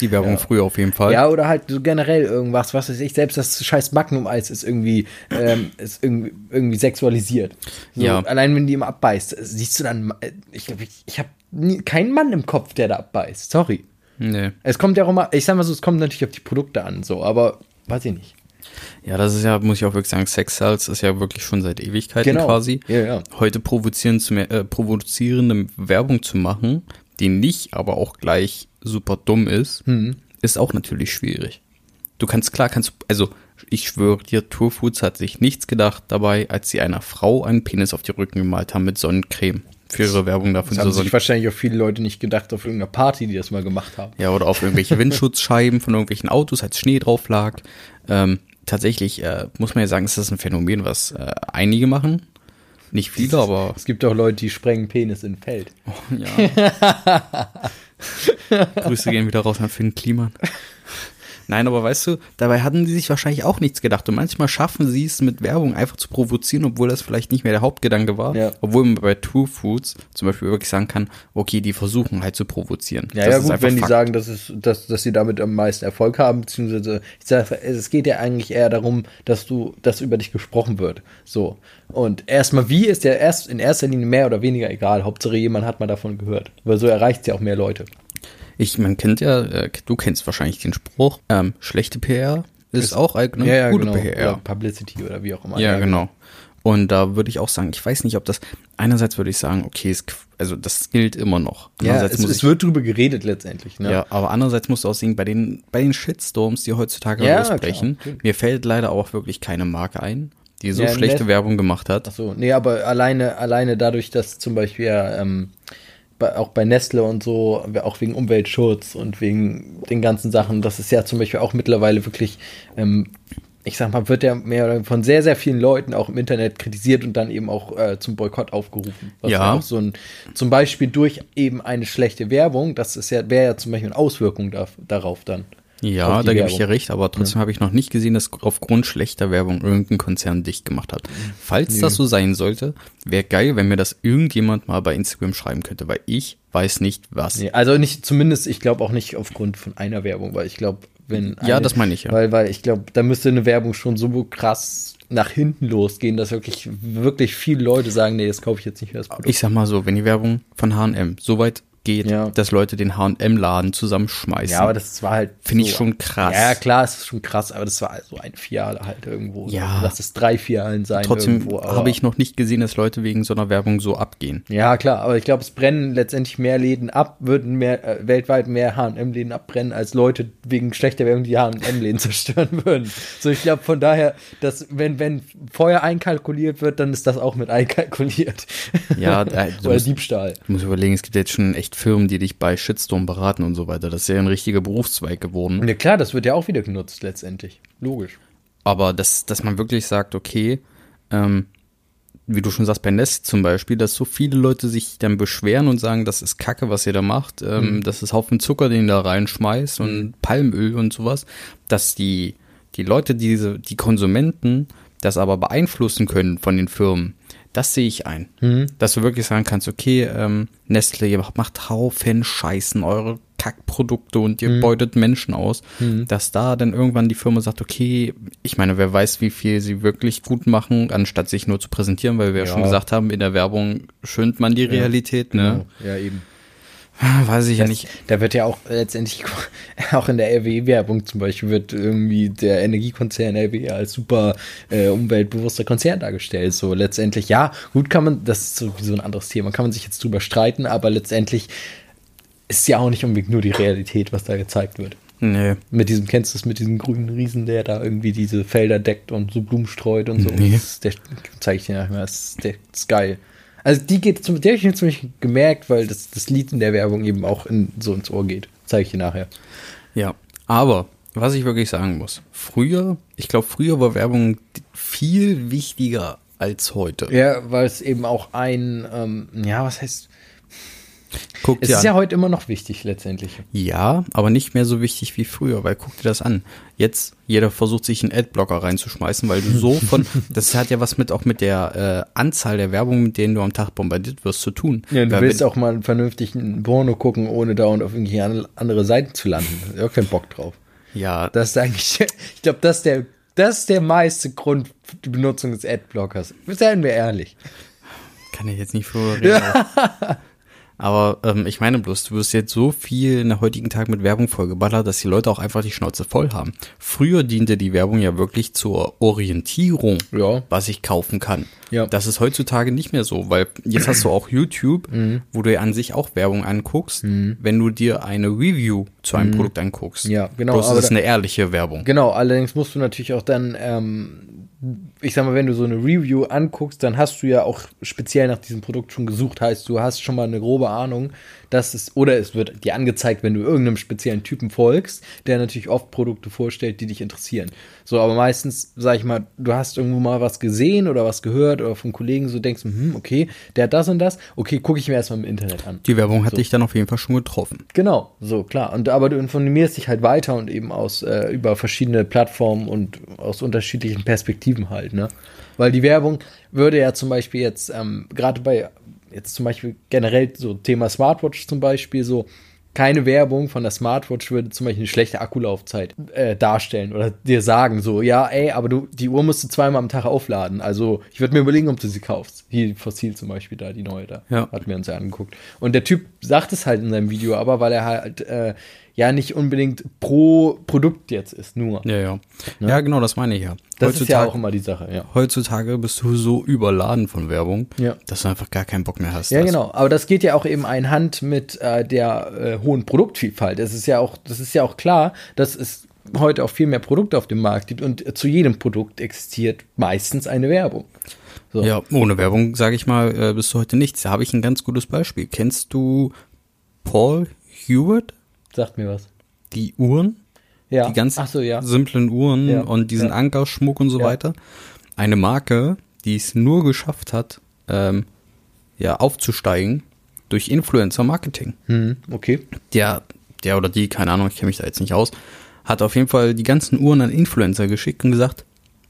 A: Die Werbung früher auf jeden Fall.
B: Ja, oder halt so generell irgendwas, was weiß ich, selbst das scheiß Magnum-Eis ist irgendwie, ähm, ist irgendwie, irgendwie sexualisiert. So,
A: Ja.
B: Allein wenn die immer abbeißt, siehst du dann, äh, ich glaube, ich, ich habe keinen Mann im Kopf, der da abbeißt. Sorry.
A: Nee.
B: Es kommt ja auch immer, ich sag mal so, es kommt natürlich auf die Produkte an, so, aber weiß ich nicht.
A: Ja, das ist ja, muss ich auch wirklich sagen, Sex Sales ist ja wirklich schon seit Ewigkeiten
B: Genau.
A: quasi.
B: Ja, ja.
A: Heute provozieren zu, mehr- äh, provozierende Werbung zu machen, die nicht aber auch gleich super dumm ist,
B: Mhm.
A: ist auch natürlich schwierig. Du kannst, klar, kannst, also ich schwöre dir, Tourfoods hat sich nichts gedacht dabei, als sie einer Frau einen Penis auf die Rücken gemalt haben mit Sonnencreme. Für ihre Werbung davon
B: Das
A: so
B: haben sich
A: Sonnen
B: wahrscheinlich auch viele Leute nicht gedacht auf irgendeiner Party, die das mal gemacht haben.
A: Ja, oder auf irgendwelche Windschutzscheiben von irgendwelchen Autos, als Schnee drauf lag. Ähm, tatsächlich äh, muss man ja sagen, ist das ein Phänomen, was äh, einige machen. Nicht viele, aber
B: Es gibt auch Leute, die sprengen Penis in ein Feld.
A: ja. Grüße gehen wieder raus an Finn Kliman. Nein, aber weißt du, dabei hatten die sich wahrscheinlich auch nichts gedacht. Und manchmal schaffen sie es mit Werbung einfach zu provozieren, obwohl das vielleicht nicht mehr der Hauptgedanke war.
B: Ja.
A: Obwohl man bei True Foods zum Beispiel wirklich sagen kann, okay, die versuchen halt zu provozieren.
B: Ja,
A: Das
B: ja
A: ist
B: gut,
A: einfach
B: wenn die
A: Fakt.
B: sagen, dass, es, dass, dass sie damit am meisten Erfolg haben, beziehungsweise ich sag, es geht ja eigentlich eher darum, dass du, dass über dich gesprochen wird. So. Und erstmal wie ist ja erst in erster Linie mehr oder weniger egal. Hauptsache jemand hat mal davon gehört. Weil so erreicht es ja auch mehr Leute.
A: Ich, man kennt ja, äh, du kennst wahrscheinlich den Spruch, ähm, schlechte PR ist, auch eigene gute
B: genau.
A: PR.
B: ne? Oder Publicity oder wie auch immer.
A: genau. Ja, genau. Und da würde ich auch sagen, ich weiß nicht, ob das, einerseits würde ich sagen, okay, es, also das gilt immer noch.
B: Ja,
A: Andererseits
B: es,
A: muss
B: es
A: ich,
B: wird drüber geredet letztendlich. Ne?
A: ja, aber andererseits musst du auch sehen, bei den, bei den Shitstorms, die heutzutage
B: Ja,
A: losbrechen,
B: klar, natürlich.
A: mir fällt leider auch wirklich keine Marke ein, die so
B: Ja,
A: schlechte
B: Net-
A: Werbung gemacht hat.
B: Ach so, nee, aber alleine, alleine dadurch, dass zum Beispiel ja, ähm, bei, auch bei Nestle und so, auch wegen Umweltschutz und wegen den ganzen Sachen, das ist ja zum Beispiel auch mittlerweile wirklich, ähm, ich sag mal, wird ja mehr oder von sehr, sehr vielen Leuten auch im Internet kritisiert und dann eben auch äh, zum Boykott aufgerufen. Was
A: Ja.
B: auch so ein, zum Beispiel durch eben eine schlechte Werbung, das ist ja, wäre ja zum Beispiel eine Auswirkung da, darauf dann.
A: Ja,
B: Auf die
A: da gebe ich dir
B: Werbung.
A: recht, aber trotzdem habe ich noch nicht gesehen, dass aufgrund schlechter Werbung irgendein Konzern dicht gemacht hat. Falls das so sein sollte, wäre geil, wenn mir das irgendjemand mal bei Instagram schreiben könnte, weil ich weiß nicht was.
B: Nee, also nicht, zumindest, ich glaube auch nicht aufgrund von einer Werbung, weil ich glaube, wenn.
A: Ja,
B: eine,
A: das meine ich, ja.
B: Weil, weil ich glaube, da müsste eine Werbung schon so krass nach hinten losgehen, dass wirklich, wirklich viele Leute sagen, nee, das kaufe ich jetzt nicht mehr das Produkt.
A: Ich sag mal so, wenn die Werbung von H&M so weit geht,
B: Ja.
A: dass Leute den H&M-Laden zusammenschmeißen.
B: ja, aber das war halt.
A: Finde ich schon krass.
B: Ja, klar, es ist schon krass, aber das war so ein Fiale halt irgendwo.
A: Ja.
B: Lass es drei Fialen sein.
A: Trotzdem
B: irgendwo, aber-
A: habe ich noch nicht gesehen, dass Leute wegen so einer Werbung so abgehen.
B: Ja, klar, aber ich glaube, es brennen letztendlich mehr Läden ab, würden mehr, äh, weltweit mehr H&M-Läden abbrennen, als Leute wegen schlechter Werbung die H&M-Läden zerstören würden. So, ich glaube von daher, dass wenn, wenn Feuer einkalkuliert wird, dann ist das auch mit einkalkuliert.
A: Ja, da- du
B: Oder
A: musst-
B: Diebstahl.
A: Ich muss überlegen, es gibt jetzt schon echt Firmen, die dich bei Shitstorm beraten und so weiter. Das ist ja ein richtiger Berufszweig geworden.
B: Ja klar, das wird ja auch wieder genutzt letztendlich. Logisch.
A: Aber dass, dass man wirklich sagt, okay, ähm, wie du schon sagst, bei Nest zum Beispiel, dass so viele Leute sich dann beschweren und sagen, das ist Kacke, was ihr da macht, ähm, das ist Haufen Zucker, den ihr da reinschmeißt und Palmöl und sowas, dass die, die Leute, diese, die Konsumenten das aber beeinflussen können von den Firmen. Das sehe ich ein.
B: Mhm.
A: Dass du wirklich sagen kannst, okay, ähm, Nestle, ihr macht, macht Haufen Scheißen, eure Kackprodukte und ihr
B: Mhm.
A: beutet Menschen aus, dass da dann irgendwann die Firma sagt, okay, ich meine, wer weiß, wie viel sie wirklich gut machen, anstatt sich nur zu präsentieren, weil wir ja schon
B: Ja.
A: gesagt haben, in der Werbung schönt man die Realität, ne?
B: Ja, eben.
A: Weiß ich ja
B: genau. Das,
A: nicht.
B: Da wird ja auch letztendlich, auch in der RWE-Werbung zum Beispiel, wird irgendwie der Energiekonzern RWE als super äh, umweltbewusster Konzern dargestellt. So letztendlich, ja, gut kann man, das ist sowieso ein anderes Thema, kann man sich jetzt drüber streiten, aber letztendlich ist ja auch nicht unbedingt nur die Realität, was da gezeigt wird.
A: Nee.
B: Mit diesem, kennst du es, mit diesem grünen Riesen, der da irgendwie diese Felder deckt und so Blumen streut und so.
A: Nee.
B: Das ist der, zeig ich dir nachher, mal, das ist, der, das ist geil. Also die geht zum, die habe ich mir ziemlich gemerkt, weil das, das Lied in der Werbung eben auch in, so ins Ohr geht. Zeige ich dir nachher.
A: Ja, aber was ich wirklich sagen muss, früher, ich glaube, früher war Werbung viel wichtiger als heute.
B: Ja, weil es eben auch ein, ähm, ja, was heißt,
A: Guck
B: es
A: dir
B: ist ja
A: an.
B: heute immer noch wichtig letztendlich.
A: Ja, aber nicht mehr so wichtig wie früher, weil guck dir das an. Jetzt, jeder versucht sich einen Adblocker reinzuschmeißen, weil du so von, das hat ja was mit auch mit der äh, Anzahl der Werbung, mit denen du am Tag bombardiert wirst, zu tun.
B: Ja, du
A: Weil
B: willst
A: wenn-
B: auch mal einen vernünftigen Porno gucken, ohne dauernd auf irgendwelche an- andere Seiten zu landen. Ich hab keinen Bock drauf.
A: ja,
B: Das ist eigentlich, ich glaube, das ist der, das ist der meiste Grund für die Benutzung des Adblockers. Seien wir ehrlich.
A: Kann ich jetzt nicht drüber reden. Aber aber, ähm, ich meine bloß, du wirst jetzt so viel in der heutigen Tag mit Werbung vollgeballert, dass die Leute auch einfach die Schnauze voll haben. Früher diente die Werbung ja wirklich zur Orientierung,
B: Ja.
A: was ich kaufen kann.
B: Ja.
A: Das ist heutzutage nicht mehr so, weil jetzt hast du auch YouTube,
B: Mhm.
A: wo du ja an sich auch Werbung anguckst, wenn du dir eine Review zu einem Produkt anguckst.
B: Mhm. Ja, genau,
A: Bloß
B: aber
A: es ist
B: da-
A: eine ehrliche Werbung.
B: Genau, allerdings musst du natürlich auch dann, ähm, ich sag mal, wenn du so eine Review anguckst, dann hast du ja auch speziell nach diesem Produkt schon gesucht. Heißt, du hast schon mal eine grobe Ahnung, dass es, oder es wird dir angezeigt, wenn du irgendeinem speziellen Typen folgst, der natürlich oft Produkte vorstellt, die dich interessieren. So, aber meistens, sag ich mal, du hast irgendwo mal was gesehen oder was gehört oder von Kollegen so denkst, hm, okay, der hat das und das, okay, gucke ich mir erstmal im Internet an.
A: Die Werbung hat dich dann auf jeden Fall schon getroffen.
B: Genau, so klar. Und aber du informierst dich halt weiter und eben aus äh, über verschiedene Plattformen und aus unterschiedlichen Perspektiven halt, ne? Weil die Werbung würde ja zum Beispiel jetzt ähm, gerade bei jetzt zum Beispiel generell so Thema Smartwatch zum Beispiel so keine Werbung von der Smartwatch würde zum Beispiel eine schlechte Akkulaufzeit äh, darstellen oder dir sagen so ja ey aber du die Uhr musst du zweimal am Tag aufladen also ich würde mir überlegen ob du sie kaufst die fossil zum Beispiel da die neue da
A: Ja.
B: hat mir uns ja angeguckt. Und der Typ sagt es halt in seinem Video, aber weil er halt äh, ja nicht unbedingt pro Produkt jetzt ist, nur.
A: Ja, ja. Ja, genau, das meine ich ja.
B: Ne? das ist ja auch immer die Sache, ja.
A: heutzutage bist du so überladen von Werbung,
B: Ja.
A: dass du einfach gar keinen Bock mehr hast. Also,
B: Ja,
A: Das-
B: genau. Aber das geht ja auch eben einhand mit äh, der äh, hohen Produktvielfalt. Es ist ja auch, das ist ja auch klar, dass es heute auch viel mehr Produkte auf dem Markt gibt und zu jedem Produkt existiert meistens eine Werbung. So.
A: Ja, ohne Werbung, sage ich mal, äh, bist du heute nichts. Da habe ich ein ganz gutes Beispiel. Kennst du Paul Hewitt?
B: Sagt mir was.
A: Die Uhren?
B: Ja.
A: Die ganz
B: Ach so, ja.
A: simplen Uhren
B: Ja,
A: und diesen
B: ja.
A: Ankerschmuck und so
B: Ja.
A: weiter. Eine Marke, die es nur geschafft hat, ähm, ja, aufzusteigen durch Influencer-Marketing.
B: Hm, okay.
A: der, der oder die, keine Ahnung, ich kenne mich da jetzt nicht aus, hat auf jeden Fall die ganzen Uhren an Influencer geschickt und gesagt,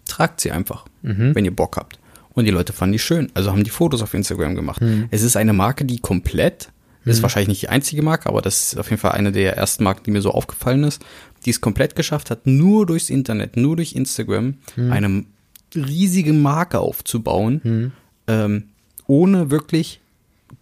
A: tragt sie einfach, wenn ihr Bock habt. Und die Leute fanden die schön, also haben die Fotos auf Instagram gemacht. Es ist eine Marke, die komplett, ist wahrscheinlich nicht die einzige Marke, aber das ist auf jeden Fall eine der ersten Marken, die mir so aufgefallen ist, die es komplett geschafft hat, nur durchs Internet, nur durch Instagram, eine riesige Marke aufzubauen, ähm, ohne wirklich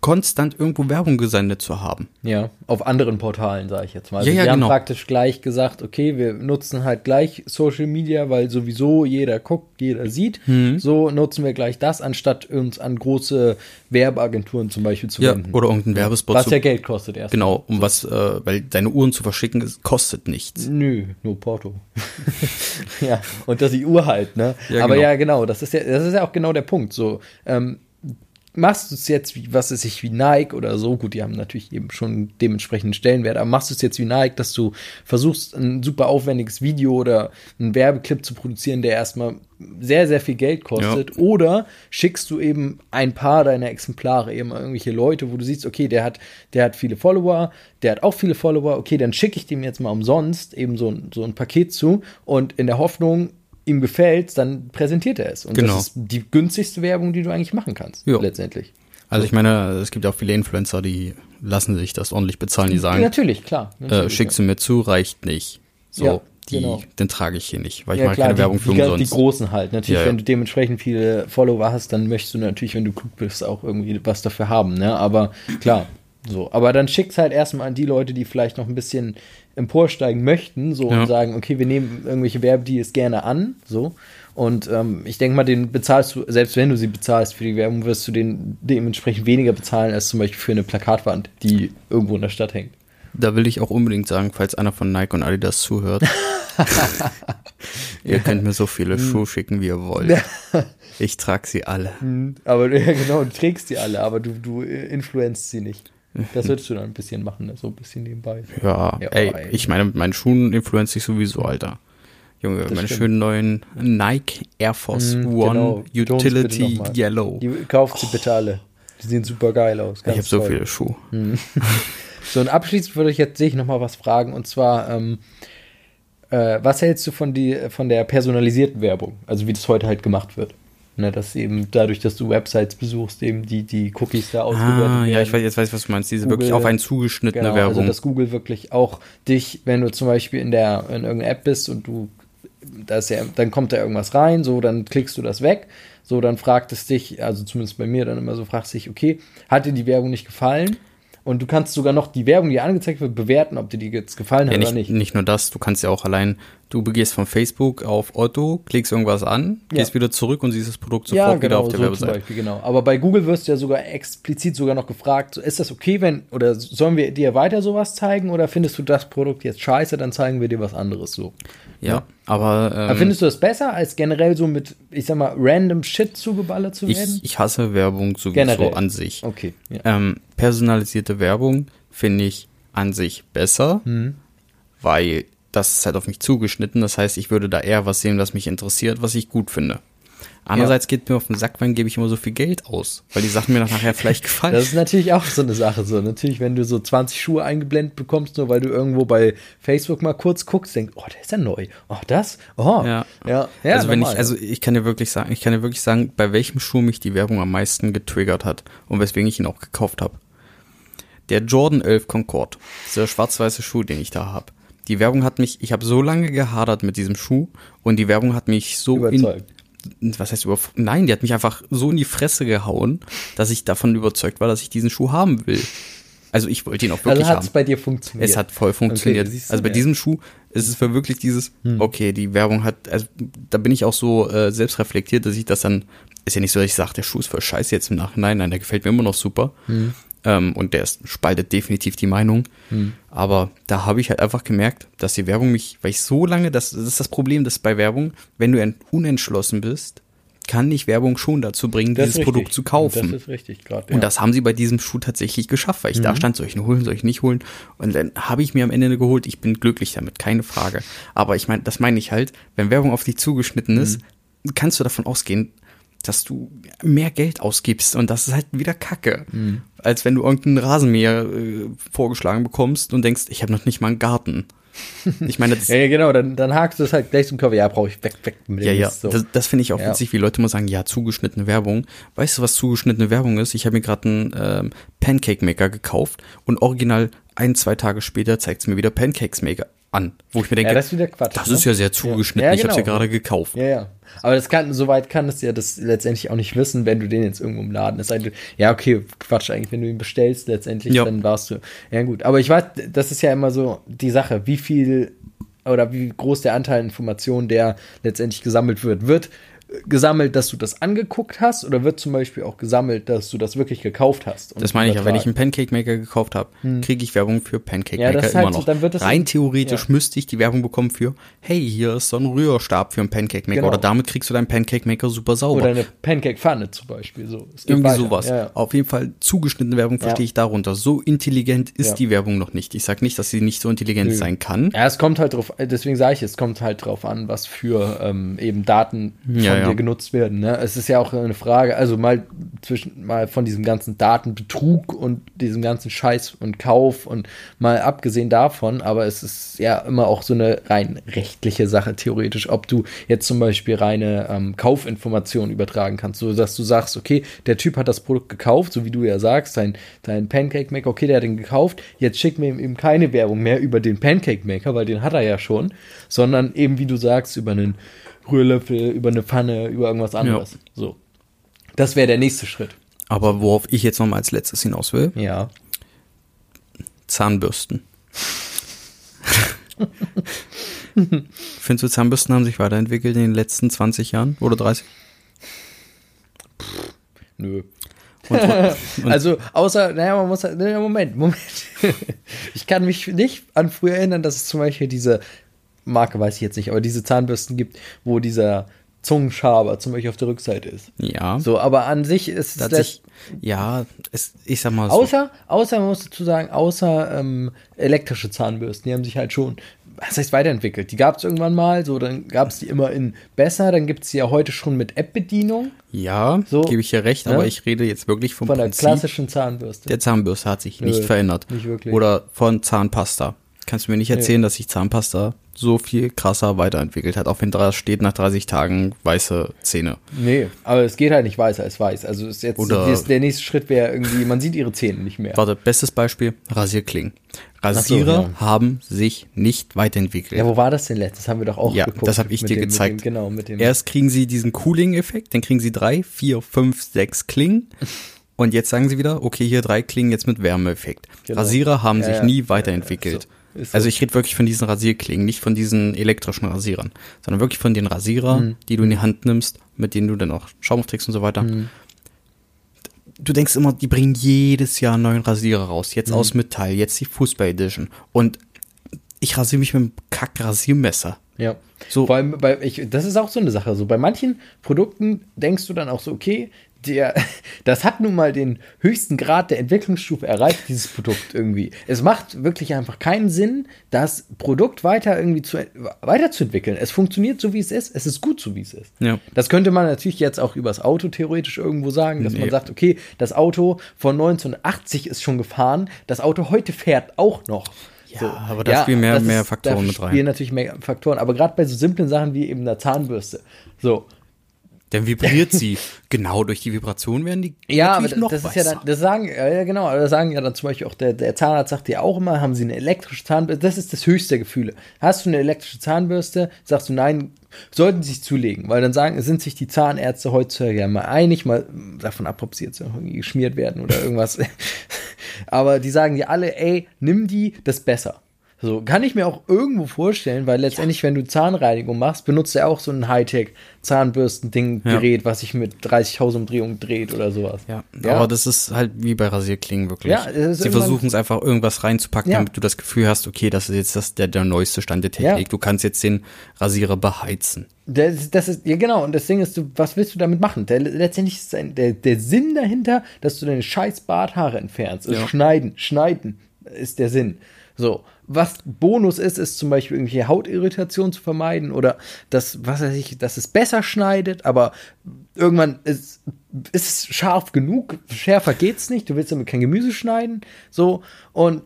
A: konstant irgendwo Werbung gesendet zu haben.
B: Ja, auf anderen Portalen, sage ich jetzt mal.
A: Ja, ja,
B: wir
A: genau.
B: haben praktisch gleich gesagt, okay, wir nutzen halt gleich Social Media, weil sowieso jeder guckt, jeder sieht.
A: Mhm.
B: So nutzen wir gleich das, anstatt uns an große Werbeagenturen zum Beispiel zu
A: Ja,
B: wenden.
A: oder irgendein Werbespot.
B: was
A: zu,
B: Mhm. ja Geld kostet erst.
A: genau, um was, äh, weil deine Uhren zu verschicken, es kostet nichts.
B: Nö, nur Porto. ja, und dass die Uhr halt, ne?
A: Ja,
B: Aber
A: genau.
B: ja, genau, das ist ja, das ist ja auch genau der Punkt. So, ähm, machst du es jetzt, wie, was ist ich wie Nike oder so, gut, die haben natürlich eben schon einen dementsprechenden Stellenwert, aber machst du es jetzt wie Nike, dass du versuchst, ein super aufwendiges Video oder einen Werbeclip zu produzieren, der erstmal sehr, sehr viel Geld kostet, oder schickst du eben ein paar deiner Exemplare eben an irgendwelche Leute, wo du siehst, okay, der hat, der hat viele Follower, der hat auch viele Follower, okay, dann schicke ich dem jetzt mal umsonst eben so ein, so ein Paket zu und in der Hoffnung, ihm gefällt, dann präsentiert er es. Und
A: Genau.
B: das ist die günstigste Werbung, die du eigentlich machen kannst,
A: Ja.
B: letztendlich.
A: Also ich meine, es gibt auch viele Influencer, die lassen sich das ordentlich bezahlen, die sagen,
B: natürlich, klar.
A: äh,
B: Natürlich,
A: schick sie mir zu, reicht nicht. So,
B: Ja,
A: die,
B: genau.
A: den trage ich hier nicht, weil ich
B: ja,
A: mache
B: klar,
A: keine
B: die,
A: Werbung für
B: die, ganz- die
A: umsonst.
B: großen halt. Natürlich,
A: Ja, ja.
B: wenn du dementsprechend viele Follower hast, dann möchtest du natürlich, wenn du klug bist, auch irgendwie was dafür haben. Ne? Aber klar, so. Aber dann schick's halt erstmal an die Leute, die vielleicht noch ein bisschen emporsteigen möchten, so
A: Ja.
B: und sagen, okay, wir nehmen irgendwelche Werbedeals gerne an, so. Und ähm, ich denke mal, den bezahlst du, selbst wenn du sie bezahlst für die Werbung, wirst du den dementsprechend weniger bezahlen als zum Beispiel für eine Plakatwand, die irgendwo in der Stadt hängt.
A: Da will ich auch unbedingt sagen, falls einer von Nike und Adidas zuhört, ihr könnt mir so viele
B: Mhm.
A: Schuhe schicken, wie ihr wollt. Ich trage sie alle.
B: Aber ja, genau, du trägst die alle, aber du, du influenzt sie nicht. Das würdest du dann ein bisschen machen, ne? so ein bisschen nebenbei.
A: Ja,
B: Ja,
A: ey,
B: ey.
A: ich meine, mit meinen Schuhen influenze ich sowieso, Alter. Junge, meine
B: stimmt.
A: schönen neuen Nike Air Force
B: Mhm,
A: One
B: genau. Don't bitte
A: Utility
B: nochmal.
A: Yellow.
B: Die kauft sie bitte alle. Die sehen super geil aus.
A: Ich
B: ganz
A: habe so
B: toll.
A: viele Schuhe.
B: So, und abschließend würde ich jetzt dich nochmal was fragen. Und zwar, ähm, äh, was hältst du von, die, von der personalisierten Werbung? Also, wie das heute halt gemacht wird. Ne, dass eben dadurch, dass du Websites besuchst, eben die, die Cookies da ausgewertet
A: Ah,
B: werden.
A: ja, ich weiß, jetzt weiß ich, was du meinst. Diese wirklich
B: Google-
A: auf einen zugeschnittene
B: Genau, also
A: Ne, Werbung.
B: dass Google wirklich auch dich, wenn du zum Beispiel in der in irgendeiner App bist und du da ist ja, dann kommt da irgendwas rein, so, dann klickst du das weg, so, dann fragt es dich, also zumindest bei mir dann immer so, fragst dich, okay, hat dir die Werbung nicht gefallen? Und du kannst sogar noch die Werbung, die dir angezeigt wird, bewerten, ob dir die jetzt gefallen hat
A: ja, nicht,
B: oder
A: nicht.
B: nicht.
A: nur das, du kannst ja auch allein, du gehst von Facebook auf Otto, klickst irgendwas an,
B: Ja.
A: gehst wieder zurück und siehst das Produkt sofort
B: ja,
A: wieder
B: genau,
A: auf der
B: so zum
A: Webseite.
B: Beispiel, genau. Aber bei Google wirst du ja sogar explizit sogar noch gefragt, so, ist das okay, wenn, oder sollen wir dir weiter sowas zeigen oder findest du das Produkt jetzt scheiße, dann zeigen wir dir was anderes, so.
A: Ja, aber, ähm,
B: Aber findest du das besser, als generell so mit, ich sag mal, random Shit zugeballert zu werden?
A: ähm, ich, ich hasse Werbung sowieso
B: Generell.
A: an sich.
B: okay. Ja.
A: Ähm, personalisierte Werbung finde ich an sich besser,
B: Mhm.
A: weil das ist halt auf mich zugeschnitten. Das heißt, ich würde da eher was sehen, was mich interessiert, was ich gut finde. Andererseits geht mir auf den Sack, wann gebe ich immer so viel Geld aus, weil die Sachen mir dann nachher vielleicht gefallen.
B: Das ist natürlich auch so eine Sache. So, natürlich, wenn du so 20 Schuhe eingeblendet bekommst, nur weil du irgendwo bei Facebook mal kurz guckst, denkst, oh, der ist ja neu. Oh, das? Oh.
A: Ja.
B: ja. ja
A: also wenn ich,
B: normal.
A: also ich kann dir wirklich sagen, ich kann dir wirklich sagen, bei welchem Schuh mich die Werbung am meisten getriggert hat und weswegen ich ihn auch gekauft habe. Der Jordan 11 Concorde, dieser schwarz-weiße Schuh, den ich da habe. Die Werbung hat mich, ich habe so lange gehadert mit diesem Schuh und die Werbung hat mich so
B: Überzeugt.
A: In, was heißt über? Nein, die hat mich einfach so in die Fresse gehauen, dass ich davon überzeugt war, dass ich diesen Schuh haben will. Also ich wollte ihn auch wirklich
B: Also hat
A: haben.
B: es bei dir funktioniert.
A: Es hat voll funktioniert.
B: Okay, siehst du,
A: also bei
B: ja. Hm.
A: diesem Schuh ist es für wirklich dieses, okay, die Werbung hat, also da bin ich auch so äh, selbst reflektiert, dass ich das dann, ist ja nicht so, dass ich sage, der Schuh ist voll scheiße jetzt im Nachhinein, nein, der gefällt mir immer noch super.
B: Hm.
A: Ähm, und der ist, spaltet definitiv die Meinung. Aber da habe ich halt einfach gemerkt, dass die Werbung mich, weil ich so lange, das, das ist das Problem, dass bei Werbung, wenn du ent- unentschlossen bist, kann dich Werbung schon dazu bringen,
B: Das ist
A: dieses
B: richtig.
A: Produkt zu kaufen.
B: Das ist richtig, gerade.
A: Und das haben sie bei diesem Schuh tatsächlich geschafft, weil ich da stand, soll ich ihn holen, soll ich ihn nicht holen? Und dann habe ich mir am Ende eine geholt. Ich bin glücklich damit, keine Frage. Aber ich meine, das meine ich halt, wenn Werbung auf dich zugeschnitten ist, kannst du davon ausgehen, dass du mehr Geld ausgibst und das ist halt wieder Kacke. Als wenn du irgendeinen Rasenmäher äh, vorgeschlagen bekommst und denkst, ich habe noch nicht mal einen Garten. Ich meine, das,
B: ja, ja, genau, dann, dann hakst du es halt gleich zum Körper. Ja, brauche ich weg, weg mit dem
A: ja, ja.
B: Mist, so.
A: Das, das finde ich auch
B: Ja.
A: witzig, wie Leute immer sagen, ja, zugeschnittene Werbung. Weißt du, was zugeschnittene Werbung ist? Ich habe mir gerade einen ähm, Pancake-Maker gekauft und original ein, zwei Tage später zeigt es mir wieder Pancakes-Maker an. Wo ich mir denke,
B: Ja, das
A: das,
B: ist wieder Quatsch. ne?
A: ist ja sehr zugeschnitten,
B: Ja,
A: ich habe es ja
B: genau.
A: gerade gekauft.
B: Ja, ja. Aber das kann, soweit kannst du ja das letztendlich auch nicht wissen, wenn du den jetzt irgendwo im Laden ist. Also, Ja, okay, Quatsch eigentlich, wenn du ihn bestellst, letztendlich,
A: Ja.
B: dann warst du. Ja, gut. Aber ich weiß, das ist ja immer so die Sache, wie viel oder wie groß der Anteil an Informationen, der letztendlich gesammelt wird. Wird äh, gesammelt, dass du das angeguckt hast oder wird zum Beispiel auch gesammelt, dass du das wirklich gekauft hast? und
A: Das meine ich ja, wenn ich
B: übertragen?
A: einen Pancake-Maker gekauft habe, kriege ich Werbung für
B: Hm. Ja,
A: Pancake-Maker
B: das ist
A: immer
B: halt so,
A: noch.
B: dann wird das-
A: Rein theoretisch
B: ja.
A: müsste ich die Werbung bekommen für, hey, hier ist so ein Rührstab für einen Pancake-Maker
B: Genau.
A: oder damit kriegst du deinen Pancake-Maker super sauber.
B: Oder eine Pancake-Pfanne zum Beispiel. So. Es geht
A: Irgendwie
B: weiter.
A: sowas.
B: Ja, ja.
A: Auf jeden Fall zugeschnittene Werbung verstehe
B: Ja.
A: ich darunter. So intelligent ist
B: Ja.
A: die Werbung noch nicht. Ich sage nicht, dass sie nicht so intelligent sein kann.
B: Ja, es kommt halt drauf, deswegen sage ich, es kommt halt drauf an, was für ähm, eben Daten von
A: Ja, ja.
B: dir genutzt werden. Ne? Es ist ja auch eine Frage, also mal zwischen mal von diesem ganzen Datenbetrug und diesem ganzen Scheiß und Kauf und mal abgesehen davon, aber es ist ja immer auch so eine rein rechtliche Sache theoretisch, ob du jetzt zum Beispiel reine ähm, Kaufinformationen übertragen kannst, so dass du sagst, okay, der Typ hat das Produkt gekauft, so wie du ja sagst, dein, dein Pancake Maker, okay, der hat den gekauft, jetzt schick mir ihm eben keine Werbung mehr über den Pancake Maker, weil den hat er ja schon, sondern eben, wie du sagst, über einen Rührlöffel, über eine Pfanne, über irgendwas anderes. So. Das wäre der nächste Schritt.
A: Aber worauf ich jetzt nochmal als letztes hinaus will,
B: Ja.
A: Zahnbürsten. Findest du, Zahnbürsten haben sich weiterentwickelt in den letzten 20 Jahren oder 30?
B: Nö.
A: Und, und,
B: also, außer, naja, man muss halt, naja, Moment, Moment. Ich kann mich nicht an früher erinnern, dass es zum Beispiel diese Marke, weiß ich jetzt nicht, aber diese Zahnbürsten gibt, wo dieser Zungenschaber zum Beispiel auf der Rückseite ist.
A: ja,
B: So, aber an sich ist
A: da
B: es
A: hat sich, ja, es, ich sag mal so.
B: Außer, außer, man muss dazu sagen, außer ähm, elektrische Zahnbürsten, die haben sich halt schon, was heißt weiterentwickelt. Die gab es irgendwann mal, so, dann gab es die immer in besser, dann gibt es die ja heute schon mit App-Bedienung
A: ja,
B: so,
A: gebe ich dir recht,
B: ne?
A: aber ich rede jetzt wirklich vom
B: von der
A: Prinzip.
B: klassischen Zahnbürste.
A: Der Zahnbürste hat sich nicht
B: Nö,
A: verändert.
B: nicht wirklich.
A: Oder von Zahnpasta. Kannst du mir nicht erzählen, dass sich Zahnpasta so viel krasser weiterentwickelt hat, auch wenn da steht, nach 30 Tagen weiße Zähne.
B: nee, aber es geht halt nicht weißer als weiß. Also ist jetzt
A: Oder-
B: der- der nächste Schritt wäre irgendwie, man sieht ihre Zähne nicht mehr.
A: Warte, bestes Beispiel, Rasierklingen. Rasierer
B: ja.
A: haben sich nicht weiterentwickelt.
B: Ja, wo war das denn letztes? Das haben wir doch auch
A: Ja,
B: geguckt.
A: das habe ich
B: mit
A: dir
B: dem,
A: gezeigt.
B: Mit dem, genau, mit dem.
A: Erst kriegen sie diesen Cooling-Effekt, dann kriegen sie drei, vier, fünf, sechs Klingen. Und jetzt sagen sie wieder, okay, hier drei Klingen jetzt mit Wärmeeffekt.
B: Genau.
A: Rasierer haben
B: Ja,
A: sich
B: ja.
A: nie weiterentwickelt.
B: so. Ist so.
A: Also ich rede wirklich von diesen Rasierklingen, nicht von diesen elektrischen Rasierern, sondern wirklich von den Rasierer,
B: Mhm.
A: die du in die Hand nimmst, mit denen du dann auch Schaum aufträgst und so weiter.
B: Mhm.
A: Du denkst immer, die bringen jedes Jahr einen neuen Rasierer raus.
B: Mhm.
A: Jetzt aus Metall, jetzt die Fußball Edition. Und ich rasiere mich mit einem Kack-Rasiermesser.
B: Ja.
A: So.
B: Vor allem bei, ich, das ist auch so eine Sache. So bei manchen Produkten denkst du dann auch so, okay, der, das hat nun mal den höchsten Grad der Entwicklungsstufe erreicht, dieses Produkt irgendwie. Es macht wirklich einfach keinen Sinn, das Produkt weiter irgendwie zu, weiterzuentwickeln. Es funktioniert so, wie es ist. Es ist gut, so wie es ist.
A: Ja.
B: Das könnte man natürlich jetzt auch übers Auto theoretisch irgendwo sagen, dass man
A: Nee.
B: sagt, okay, das Auto von 1980 ist schon gefahren, das Auto heute fährt auch noch.
A: Ja, aber da spielen mehr-
B: das
A: mehr
B: ist-
A: Faktoren
B: da
A: mit rein.
B: spielen natürlich mehr Faktoren, aber gerade bei so simplen Sachen wie eben einer Zahnbürste. So.
A: Dann vibriert sie. Genau, durch die Vibration werden die
B: Ja, aber
A: natürlich
B: das, das ist ja dann, das sagen, ja ja, genau, aber das sagen ja dann zum Beispiel auch der, der Zahnarzt sagt dir auch immer, haben sie eine elektrische Zahnbürste, das ist das höchste der Gefühle. Hast du eine elektrische Zahnbürste, sagst du nein, sollten sie sich zulegen, weil dann sagen, sind sich die Zahnärzte heutzutage ja mal einig, mal mm, davon ab, ob sie jetzt irgendwie geschmiert werden oder irgendwas. aber die sagen dir alle, ey, nimm die, das ist besser. So, kann ich mir auch irgendwo vorstellen, weil letztendlich, wenn du Zahnreinigung machst, benutzt er auch so ein Hightech-Zahnbürsten-Ding-Gerät, was sich mit 30.000 Umdrehungen dreht oder sowas.
A: Ja, aber das ist halt wie bei Rasierklingen wirklich.
B: Ja, es ist
A: Sie
B: irgendwann-
A: versuchen es einfach irgendwas reinzupacken,
B: Ja.
A: damit du das Gefühl hast, okay, das ist jetzt das, der, der neueste Stand der Technik.
B: Ja.
A: Du kannst jetzt den Rasierer beheizen.
B: Das, das ist, ja genau, und das Ding ist, du, was willst du damit machen? Der, letztendlich ist ein, der, der Sinn dahinter, dass du deine scheiß Barthaare entfernst. Also
A: Ja.
B: Schneiden, schneiden ist der Sinn. So, was Bonus ist, ist zum Beispiel irgendwelche Hautirritationen zu vermeiden oder das, was weiß ich, dass es besser schneidet, aber irgendwann ist, ist es scharf genug, schärfer geht's nicht, du willst damit kein Gemüse schneiden, so, und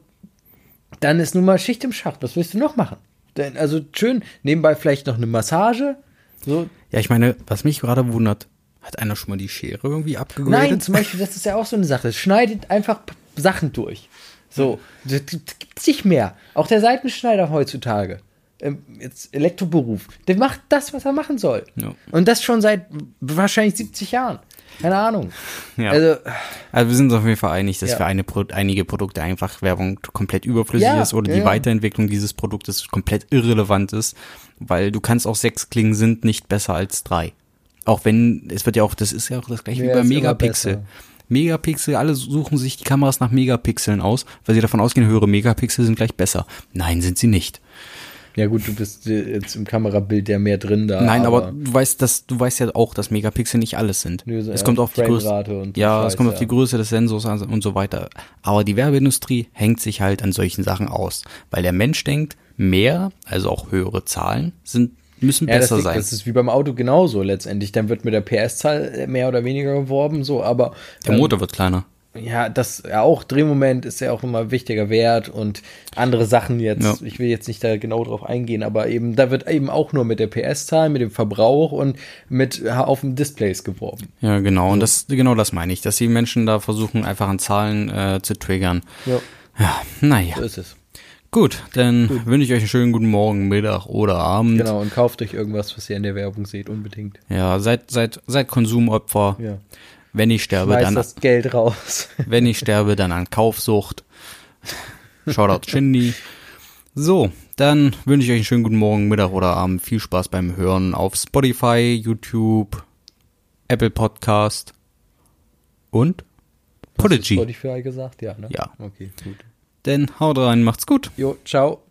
B: dann ist nun mal Schicht im Schacht. Was willst du noch machen? Denn, also schön, nebenbei vielleicht noch eine Massage. So.
A: Ja, ich meine, was mich gerade wundert, hat einer schon mal die Schere irgendwie abgegradet?
B: Nein, zum Beispiel, das ist ja auch so eine Sache. Es Schneidet einfach p- Sachen durch. So, das gibt- gibt's nicht mehr. Auch der Seitenschneider heutzutage, ähm, jetzt Elektroberuf, der macht das, was er machen soll.
A: Ja.
B: Und das schon seit wahrscheinlich 70 Jahren. Keine Ahnung.
A: Ja.
B: Also,
A: Also wir sind uns auf jeden Fall einig, dass
B: Ja.
A: für eine Pro einige Produkte einfach Werbung komplett überflüssig
B: Ja,
A: ist oder
B: ja,
A: die
B: ja.
A: Weiterentwicklung dieses Produktes komplett irrelevant ist, weil du kannst auch sechs Klingen sind nicht besser als drei. Auch wenn, es wird ja auch, das ist ja auch das gleiche
B: Ja,
A: wie bei
B: ist immer
A: Megapixel.
B: besser.
A: Megapixel, alle suchen sich die Kameras nach Megapixeln aus, weil sie davon ausgehen, höhere Megapixel sind gleich besser. Nein, sind sie nicht.
B: ja gut, du bist äh, jetzt im Kamerabild ja mehr drin da.
A: Nein, aber, du weißt, dass du weißt ja auch, dass Megapixel nicht alles sind.
B: Nö, so,
A: es
B: ja,
A: kommt auf die Größe.
B: Framerate und so
A: ja, es
B: Scheiß,
A: kommt auf
B: ja.
A: die Größe des Sensors an und so weiter. Aber die Werbeindustrie hängt sich halt an solchen Sachen aus, weil der Mensch denkt, mehr, also auch höhere Zahlen sind müssen
B: Ja,
A: besser
B: das, liegt-
A: sein.
B: das ist wie beim Auto genauso letztendlich. Dann wird mit der PS-Zahl mehr oder weniger geworben, so, aber
A: der Motor wird kleiner.
B: ähm, ja, das ja auch Drehmoment ist ja auch immer ein wichtiger Wert und andere Sachen jetzt.
A: Ja.
B: Ich will jetzt nicht da genau drauf eingehen, aber eben da wird eben auch nur mit der PS-Zahl, mit dem Verbrauch und mit ja, auf dem Displays geworben.
A: Ja, genau. Und das genau das meine ich, dass die Menschen da versuchen einfach an Zahlen äh, zu triggern.
B: Ja,
A: Ja, naja.
B: so ist es.
A: Gut, dann wünsche ich euch einen schönen guten Morgen, Mittag oder Abend.
B: Genau, und kauft euch irgendwas, was ihr in der Werbung seht, unbedingt.
A: Ja, seid seid seid Konsumopfer.
B: Ja.
A: Wenn ich sterbe,
B: Schmeißt
A: dann
B: das Geld raus.
A: Wenn ich sterbe, dann an Kaufsucht. Shoutout Shindy. So, dann wünsche ich euch einen schönen guten Morgen, Mittag oder Abend. Viel Spaß beim Hören auf Spotify, YouTube, Apple Podcast und
B: Hast du
A: Apology.
B: Spotify gesagt? Ja, ne?
A: Ja.
B: Okay, gut.
A: Denn haut rein, macht's gut.
B: ne? Jo, ciao.